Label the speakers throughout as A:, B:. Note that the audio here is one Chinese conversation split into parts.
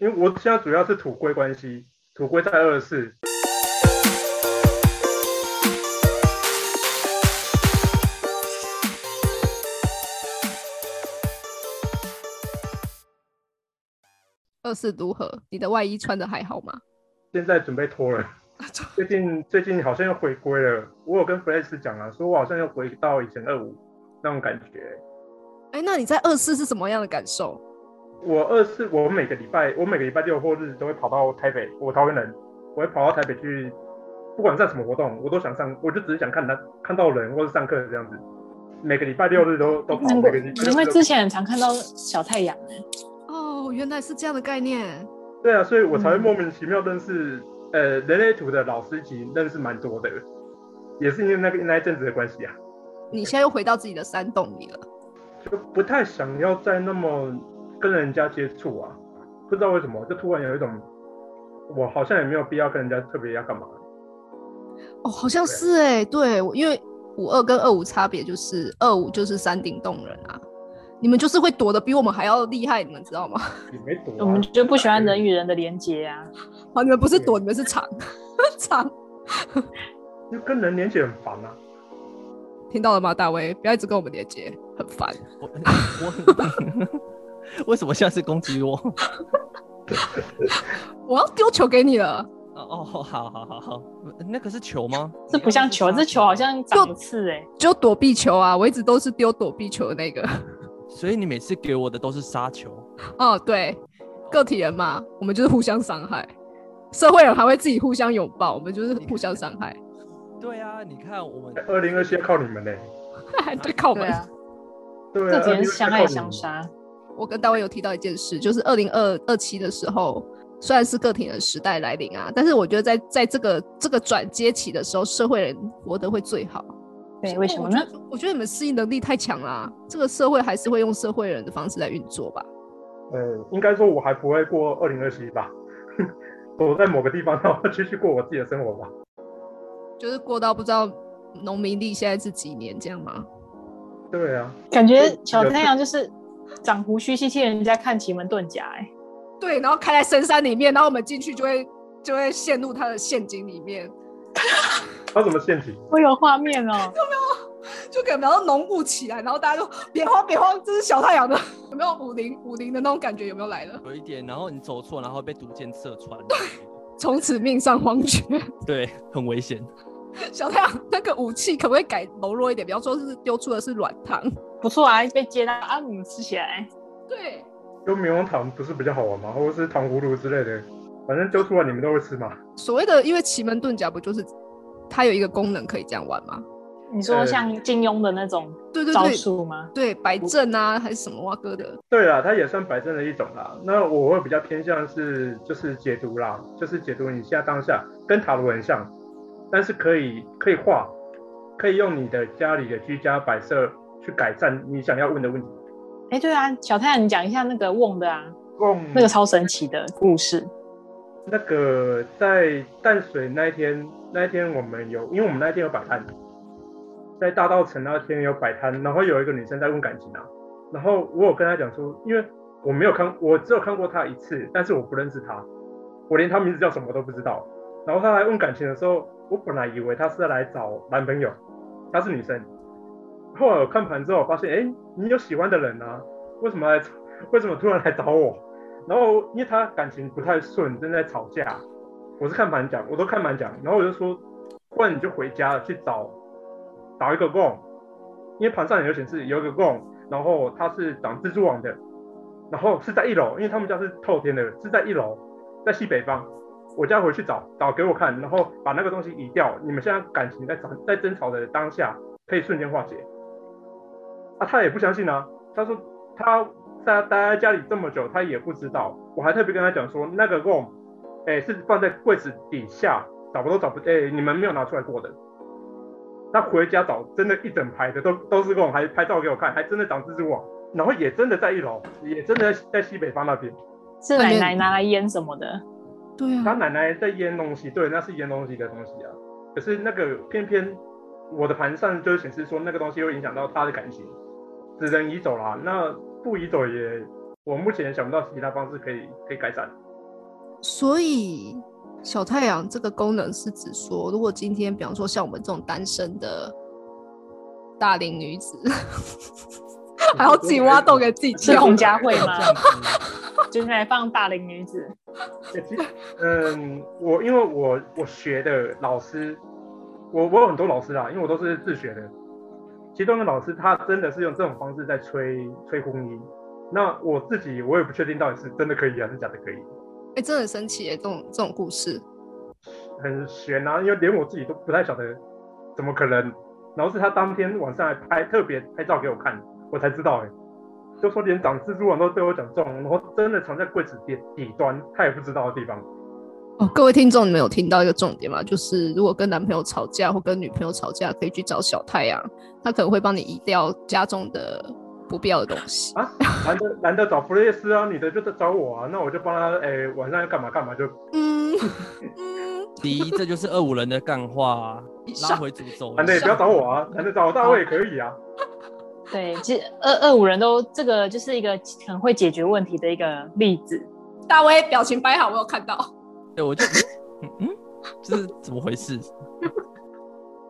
A: 因为我现在主要是土龟关系，土龟在二四。
B: 二四如何？你的外衣穿的还好吗？
A: 现在准备脱了。
B: 啊
A: 最近最近好像又回归了，我有跟 f r e s 讲啊，说我好像又回到以前二五那种感觉。
B: 哎、那你在二四是什么样的感受？
A: 我二四，我每个礼拜，我每个礼拜六或日都会跑到台北，我桃园人，我会跑到台北去，不管上什么活动，我都想上，我就只是想看他看到人或是上课这样子。每个礼拜六日都都跑，
C: 难
A: 每
C: 怪
A: 个礼拜
C: 难怪
A: 六
C: 之前很常看到小太阳，
B: 哦，原来是这样的概念。
A: 对啊，所以我才会
C: 嗯
A: 莫名其妙认识、呃人类图的老师级认识蛮多的，也是因为那个那一阵子的关系啊，
B: 你现在又回到自己的山洞里了。
A: 就不太想要再那么跟人家接触啊，不知道为什么，就突然有一种我好像也没有必要跟人家特别要干嘛。
B: 哦，好像是哎、对，我因为五二跟二五差别就是二五就是山顶洞人啊，你们就是会躲得比我们还要厉害，你们知道吗？
A: 也没躲、啊，
C: 我们就不喜欢人与人的连接啊。
B: 好，你们不是躲，
A: 对
B: 你们是藏， 藏，
A: 就跟人连接很烦啊。
B: 听到了吗，大卫？不要一直跟我们连接，很烦。
D: 我 我 为什么现在是攻击我？
B: 我要丢球给你了，
D: 哦哦，好好好好，那个是球吗？
C: 这不像球，
D: 你刚刚
C: 这
D: 是
C: 球好像长刺哎、
B: 就躲避球啊！我一直都是丢躲避球的那个。
D: 杀球，所以你每次给我的都是杀球。
B: 哦，对，个体人嘛，我们就是互相伤害。社会人还会自己互相拥抱，我们就是互相伤害，
D: 对啊，你看我们
A: 二零二七靠你们嘞，
B: 对，靠我
C: 对
B: 们。
C: 啊，
A: 对啊，
C: 这几人相爱相
A: 2027靠
C: 杀。
B: 我跟大卫有提到一件事，就是二零二二七的时候，虽然是个体人时代来临啊，但是我觉得在在这个这个转接期的时候，社会人活得会最好。
C: 对，为什么呢
B: 我？觉得？我觉得你们适应能力太强啦、这个社会还是会用社会人的方式来运作吧。
A: 你们。呃，应该说我还不会过二零二七吧， 躲在某个地方，然后继续过我自己的生活吧。
B: 就是过到不知道农民历现在是几年这样吗？
A: 对啊，
C: 感觉小太阳就是长胡须，去替人家看奇门遁甲哎、
B: 对，然后开在深山里面，然后我们进去就会就会陷入他的陷阱里面，
A: 还有什么陷阱？
C: 我有画面哦，
B: 就可能然后浓雾起来，然后大家就别慌别慌，这是小太阳的， 有没有五零五零的那种感觉？有没有来了？
D: 有一点，然后你走错，然后被毒箭射穿，
B: 从此命丧黄泉。
D: 对，很危险。
B: 小太阳那个武器可不可以改柔弱一点？比方说是丢出的是软糖，
C: 不错啊，被接到啊，你们吃起来。
B: 对，
A: 丢棉花糖不是比较好玩吗？或者是糖葫芦之类的，反正丢出来你们都会吃嘛。
B: 所谓的因为奇门遁甲不就是它有一个功能可以这样玩吗？
C: 你说像金庸的那种
B: 对对
C: 招
B: 对，
C: 数吗？
B: 对白阵啊还是什么哇哥的，
A: 对啦，它也算摆正的一种啦。那我会比较偏向是就是解读啦，就是解读你现在当下，跟塔罗很像，但是可以可以画，可以用你的家里的居家摆设去改善你想要问的问题。
C: 哎、对啊，小太阳，你讲一下那个瓮的啊，
A: 用
C: 那个超神奇的故事。
A: 那个在淡水那一天，那一天我们有，因为我们那一天有摆摊，在大道城那天有摆摊，然后有一个女生在问感情啊，然后我有跟她讲说，因为我没有看，我只有看过她一次，但是我不认识她，我连她名字叫什么都不知道。然后她来问感情的时候，我本来以为她是来找男朋友，她是女生。后来我看盘之后，我发现，哎，你有喜欢的人啊，为什么来？为什么突然来找我？然后因为他感情不太顺，正在吵架，我是看盘讲，我都看盘讲，然后我就说，不然你就回家去找找一个供，因为盘上也有显示有一个供，然后他是长蜘蛛网的，然后是在一楼，因为他们家是透天的，是在一楼，在西北方。我家回去找找给我看，然后把那个东西移掉。你们现在感情在吵在争吵的当下，可以瞬间化解。啊，他也不相信啊，他说他在待在家里这么久，他也不知道。我还特别跟他讲说，那个 room，哎、是放在柜子底下，找不都找不，哎、你们没有拿出来过的。他回家找，真的一整排的都都是 room，还拍照给我看，还真的长蜘蛛网，然后也真的在一楼，也真的在西北方那边。
C: 是奶奶拿来腌什么的，
B: 对啊
A: 他，奶奶在腌东西，对，那是腌东西的东西啊。可是那个偏偏我的盘上就显示说那个东西会影响到他的感情，只能移走啦。那不移走也，我目前想不到其他方式可以可以改善。
B: 所以小太阳这个功能是指说，如果今天比方说像我们这种单身的大龄女子， 还要自己挖洞给自己
C: 是
B: 跳，
C: 孔佳慧吗
A: 这样子
C: 就是来放大龄女子，
A: 欸嗯其实嗯，我因为我我学的老师，我我有很多老师啦，啊因为我都是自学的。其中一个老师他真的是用这种方式在吹吹婚姻，那我自己我也不确定到底是真的可以还是假的可以，
B: 哎、真的很神奇耶、这种这种故事，
A: 很悬啊，因为连我自己都不太晓得怎么可能。然后是他当天晚上还拍特别拍照给我看，我才知道哎、就说连长蜘蛛网都被我讲中，然后真的藏在柜子底底端，他也不知道的地方。
B: 哦，各位听众，你们有听到一个重点吗？就是如果跟男朋友吵架或跟女朋友吵架，可以去找小太阳，他可能会帮你移掉家中的不必要的东 西。
A: 啊，男的男的找弗雷斯啊，女的就找我啊，那我就帮他，哎、晚上要干嘛干嘛就，
B: 嗯嗯，
D: 第一，这就是二五人的干话啊、
B: 以
D: 拉
B: 上
D: 回主轴。
A: 男的也不要找我啊，男的找大卫也可以啊，
C: 对，其实二二五人都这个就是一个很会解决问题的一个例子。
B: 大威表情摆好，我有看到。
D: 对，我就嗯 嗯，这是怎么回事？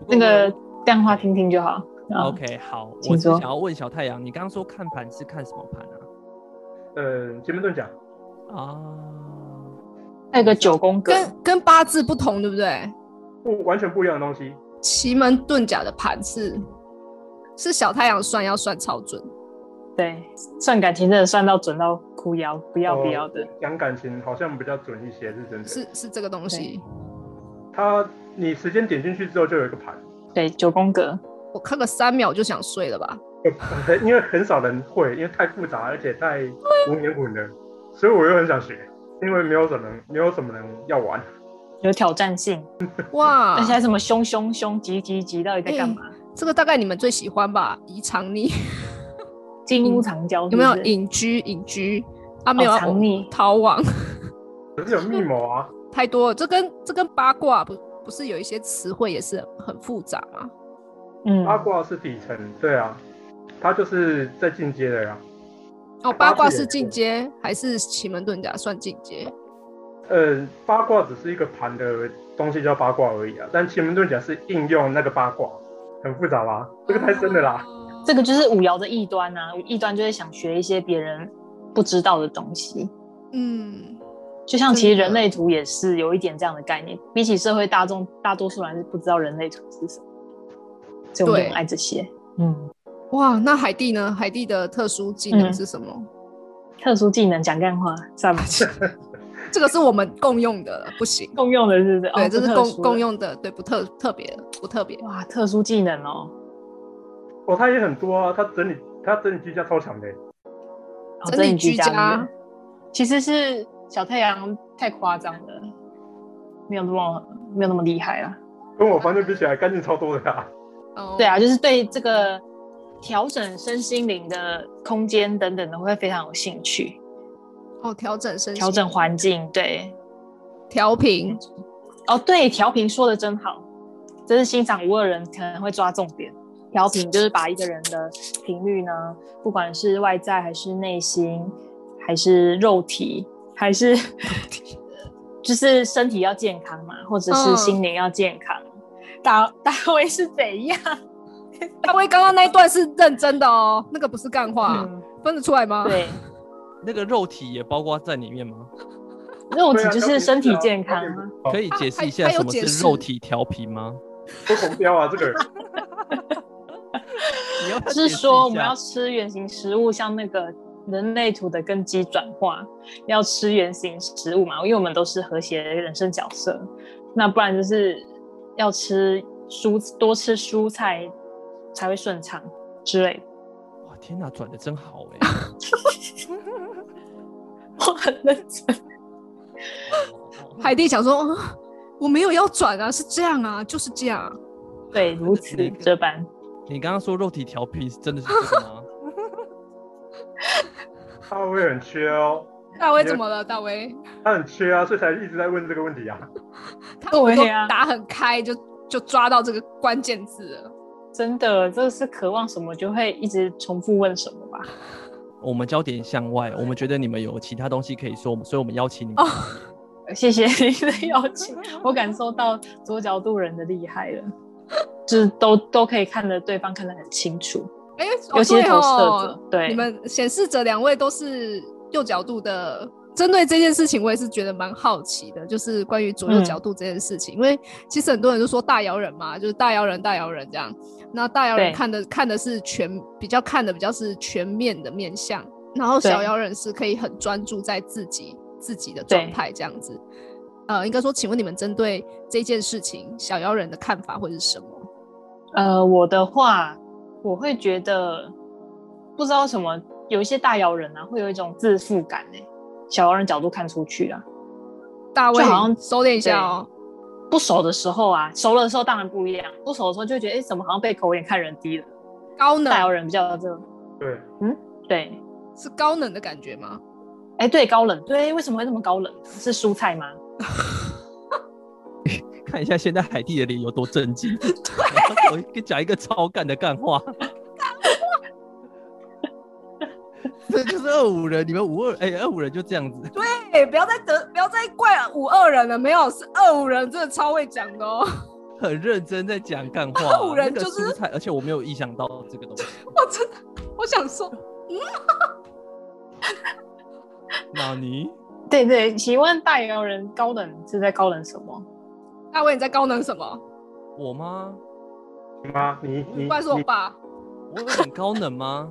D: 不 过
C: 那
B: 嗯
C: 个电话听听就好。啊
D: OK 好，我
C: 请
D: 是
C: 说
D: 想要问小太阳，你刚刚说看盘是看什么盘
A: 嗯、前面都讲，
D: 啊？啊，
C: 还有个九宫格，
B: 跟跟八字不同，对不对？
A: 不完全不一样的东西，
B: 奇门遁甲的盘是是小太阳算，要算超准。
C: 对，算感情真的算到准到哭腰，不要
A: 哦
C: 不要的。
A: 讲感情好像比较准一些，是真的。
B: 是是这个东西。
A: 他你时间点进去之后就有一个盘，
C: 对，九宫格，
B: 我看个三秒就想睡了 吧？
A: 呃因为很少人会，因为太复杂而且太文言文了，所以我又很想学，因为没有什么人没有什么人要玩，
C: 有挑战性，
B: 哇
C: 而，且还什么凶凶凶、急急急，到底在干嘛？
B: 这个大概你们最喜欢吧？宜藏匿
C: 金屋藏娇是
B: 有
C: 不
B: 没
C: 是
B: 有隐居隐居啊？没有
C: 哦
B: 要
C: 藏匿
B: 逃亡
A: 可是有密谋 啊，
B: 太多了，这跟这跟八卦不不是有一些词汇也是很复杂吗？
C: 嗯，
A: 八卦是底层，对啊，他就是在进阶的呀、
B: 哦，八卦
A: 八字也
B: 是
A: 是
B: 进阶还是奇门遁甲算进阶？
A: 呃，八卦只是一个盘的东西叫八卦而已啊，但奇门遁甲是应用那个八卦，很复杂吧？这个太深了啦。
B: 哦
C: 这个就是五爻的异端啊，异端就是想学一些别人不知道的东西。
B: 嗯，
C: 就像其实
B: 真的
C: 人类图也是有一点这样的概念，比起社会大众，大多数人是不知道人类图是什么，所以我们
B: 对
C: 就很爱这些。嗯，
B: 哇，那海蒂呢？海蒂的特殊技能
C: 嗯
B: 是什么？
C: 特殊技能讲干话，算吧，
B: 啊这个是我们共用的，不行。
C: 共用的是不是？
B: 对，
C: 哦
B: 这是
C: 不特
B: 共
C: 殊的
B: 共用的，对，不特特别的，不特别。
C: 哇，特殊技能哦，
A: 哦，他也很多啊，他整理他整理居家超强的，
C: 哦
B: 整理居家
C: 真的是其实是小太阳太夸张了，没有那么没有那么厉害啦。
A: 跟我房间比起来干净超多的啊。
B: 哦
C: 对，啊，就是对这个调整身心灵的空间等等的会非常有兴趣，
B: 哦，调整身
C: 调
B: 心
C: 整环境，对，
B: 调频，
C: 哦，对，调频说的真好，这是欣赏无二人可能会抓重点。调频就是把一个人的频率呢，不管是外在还是内心，还是肉体，还是 就是身体要健康嘛，或者是
B: 嗯
C: 心灵要健康。大大卫是怎样？
B: 大卫刚刚那一段是认真的哦，那个不是干话，
C: 嗯，
B: 分得出来吗？，
C: 对，
D: 那个肉体也包括在里面吗？
C: 肉体
A: 对啊调
C: 哦就
A: 频
C: 是身体
A: 啊
C: 健康
A: 调频
C: 啊。
A: 哦
D: 可以解释一
B: 啊
D: 下
B: 还还有
D: 什么
B: 解释
D: 是肉体调皮吗？
A: 多红标啊，这个
D: 你要不要
C: 是
D: 解释一
C: 说我们
D: 下
C: 要吃原型食物，像那个人类图的根基转化，要吃原型食物嘛，因为我们都是和谐的人生角色，那不然就是要吃蔬多吃蔬菜才会顺畅之类的。
D: 哇，天哪，转的真好 哎！
C: 我很认真，
B: 海蒂想说，啊我没有要转啊，是这样啊，就是这样。
C: 对，如此
D: 那个
C: 这般。
D: 你刚刚说肉体调皮，真的是这个吗？
A: 他会很缺哦，
B: 大卫怎么了？大卫，
A: 他很缺啊，所以才一直在问这个问题啊。
B: 他
C: 对
B: 都
C: 啊
B: 打很开，就就抓到这个关键字了。
C: 真的，这是渴望什么就会一直重复问什么吧。
D: 我们焦点向外，我们觉得你们有其他东西可以说，所以我们邀请你们。
B: 哦，哎、
C: 谢谢你的邀请，我感受到左角度人的厉害了，就是都都可以看得对方看得很清楚，
B: 哎、
C: 尤其是投射
B: 哦
C: 者，
B: 对哦你
C: 对，
B: 们显示者两位都是右角度的。针对这件事情，我也是觉得蛮好奇的，就是关于
C: 嗯
B: 左右角度这件事情，因为其实很多人就说大摇人嘛，就是大摇人、大摇人这样。那大摇人
C: 对
B: 看的看的是全比较看的比较是全面的面相，然后
C: 对
B: 小摇人是可以很专注在自己自己的状
C: 对
B: 态这样子。呃，应该说，请问你们针对这件事情，小妖人的看法会是什么？
C: 呃，我的话，我会觉得不知道为什么，有一些大摇人啊，会有一种自负感哎、小摇人角度看出去啊，
B: 大卫
C: 就好，像
B: 收敛一下哦。
C: 不熟的时候啊，熟了的时候当然不一样，不熟的时候就会觉得，哎、怎么好像被口眼看人低了？
B: 高
C: 大
B: 冷
C: 摇人比较有这种，
A: 对，
C: 对，
B: 是高冷的感觉吗？
C: 哎、对，高冷，对，为什么会这么高冷？是蔬菜吗？
D: 看一下现在海蒂的脸有多震 惊。我跟你讲一个超干的干 话。这就是二五人，你们五二哎，二五人就这样子。
B: 哎、不要再得，不要再怪五二人了，没有是二五人，真的超会讲的哦。
D: 很认真在讲干话、
B: 五人
D: 那个
B: 就是
D: 蔬菜，而且我没有意想到这个东西。
B: 我真的，我想说，
D: 马尼，
C: 对对，请问大摇人高冷是在高冷什么？
B: 大卫你在高冷什么？
D: 我吗？
A: 你妈，你
B: 你
A: 你
B: 怪是我
A: 你
B: 爸，
D: 我有很高冷吗？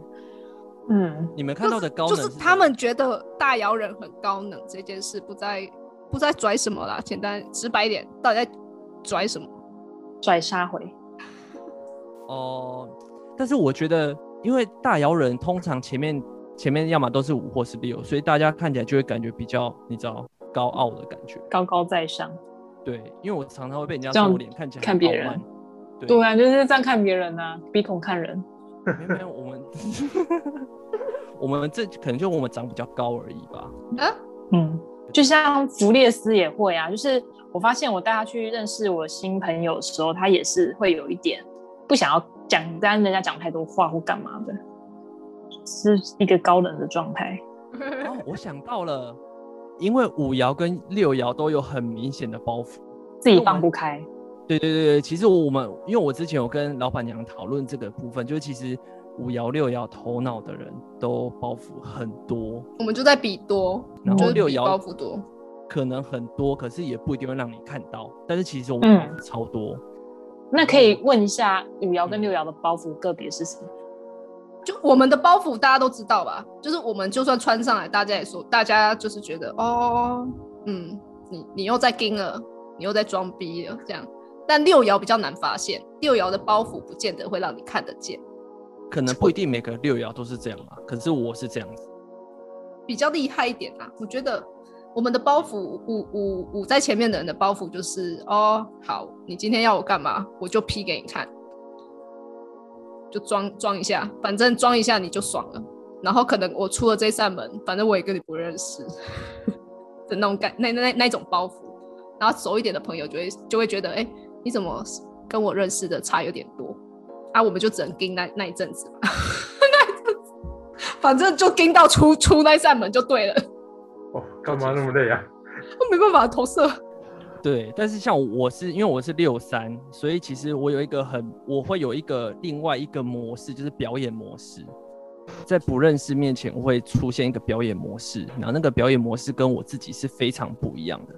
C: 嗯，
D: 你们看到的高
B: 就
D: 冷
B: 是
D: 什么
B: 他们觉得大姚人很高冷这件事，不在不在拽什么啦，简单直白一点，到底在拽什么？
C: 拽沙回，
D: 哦、但是我觉得，因为大摇人通常前面前面要么都是五或是六，所以大家看起来就会感觉比较你知道高傲的感觉。
C: 高高在上。
D: 对，因为我常常会被人家
C: 这样
D: 说我脸看起来很
C: 看别
D: 傲
C: 人
D: 慢。
C: 对啊，就是这样看别人啊，鼻孔看人。
D: 没有没有，我们 我们这可能就我们长比较高而已吧。
C: 嗯，就像弗列斯也会啊，就是我发现我带他去认识我新朋友的时候，他也是会有一点不想要讲跟人家讲太多话或干嘛的，是一个高冷的状态。
D: 哦，我想到了，因为五爻跟六爻都有很明显的包袱。
C: 自己放不开。
D: 对对对对，其实我们因为我之前有跟老板娘讨论这个部分，就是其实五爻六爻头脑的人都包袱很多，
B: 我们就在比多，
D: 然
B: 就
D: 后
B: 是比
D: 六爻
B: 包袱多。
D: 可能很多，可是也不一定会让你看到，但是其实我们包袱超多。
C: 那可以问一下五爻跟六爻的包袱个别是什么？
B: 就我们的包袱大家都知道吧，就是我们就算穿上来，大家也说，大家就是觉得哦，嗯，你你又在跟了，你又在装逼了这样。但六爻比较难发现，六爻的包袱不见得会让你看得见，
D: 可能不一定每个六爻都是这样啊，可是我是这样子。
B: 比较厉害一点啊。我觉得我们的包袱，五五五在前面的人的包袱就是哦，好，你今天要我干嘛，我就 P 给你看，就装装一下，反正装一下你就爽了。然后可能我出了这扇门，反正我也跟你不认识 的那种感，那那那那种包袱。然后熟一点的朋友就会就会觉得，哎、你怎么跟我认识的差有点多？啊，我们就只能跟那那一阵子吧，那一阵子， 反正就跟到出出那扇门就对了，
A: 哦，干嘛那么累啊？
B: 没办法投射。
D: 对，但是像我是因为我是六三，所以其实我有一个很，我会有一个另外一个模式，就是表演模式，在不认识面前我会出现一个表演模式，然后那个表演模式跟我自己是非常不一样的。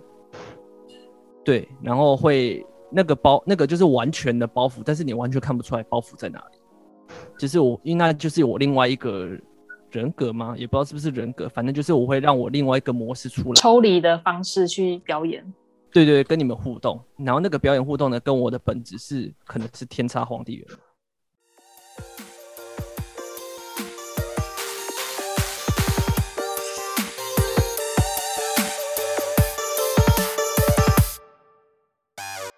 D: 对，然后会那个包那个就是完全的包袱，但是你完全看不出来包袱在哪里。就是我，因为那就是我另外一个人格嘛，也不知道是不是人格，反正就是我会让我另外一个模式出来。
C: 抽离的方式去表演，
D: 对对，跟你们互动，然后那个表演互动呢，跟我的本质是可能是天差皇帝远。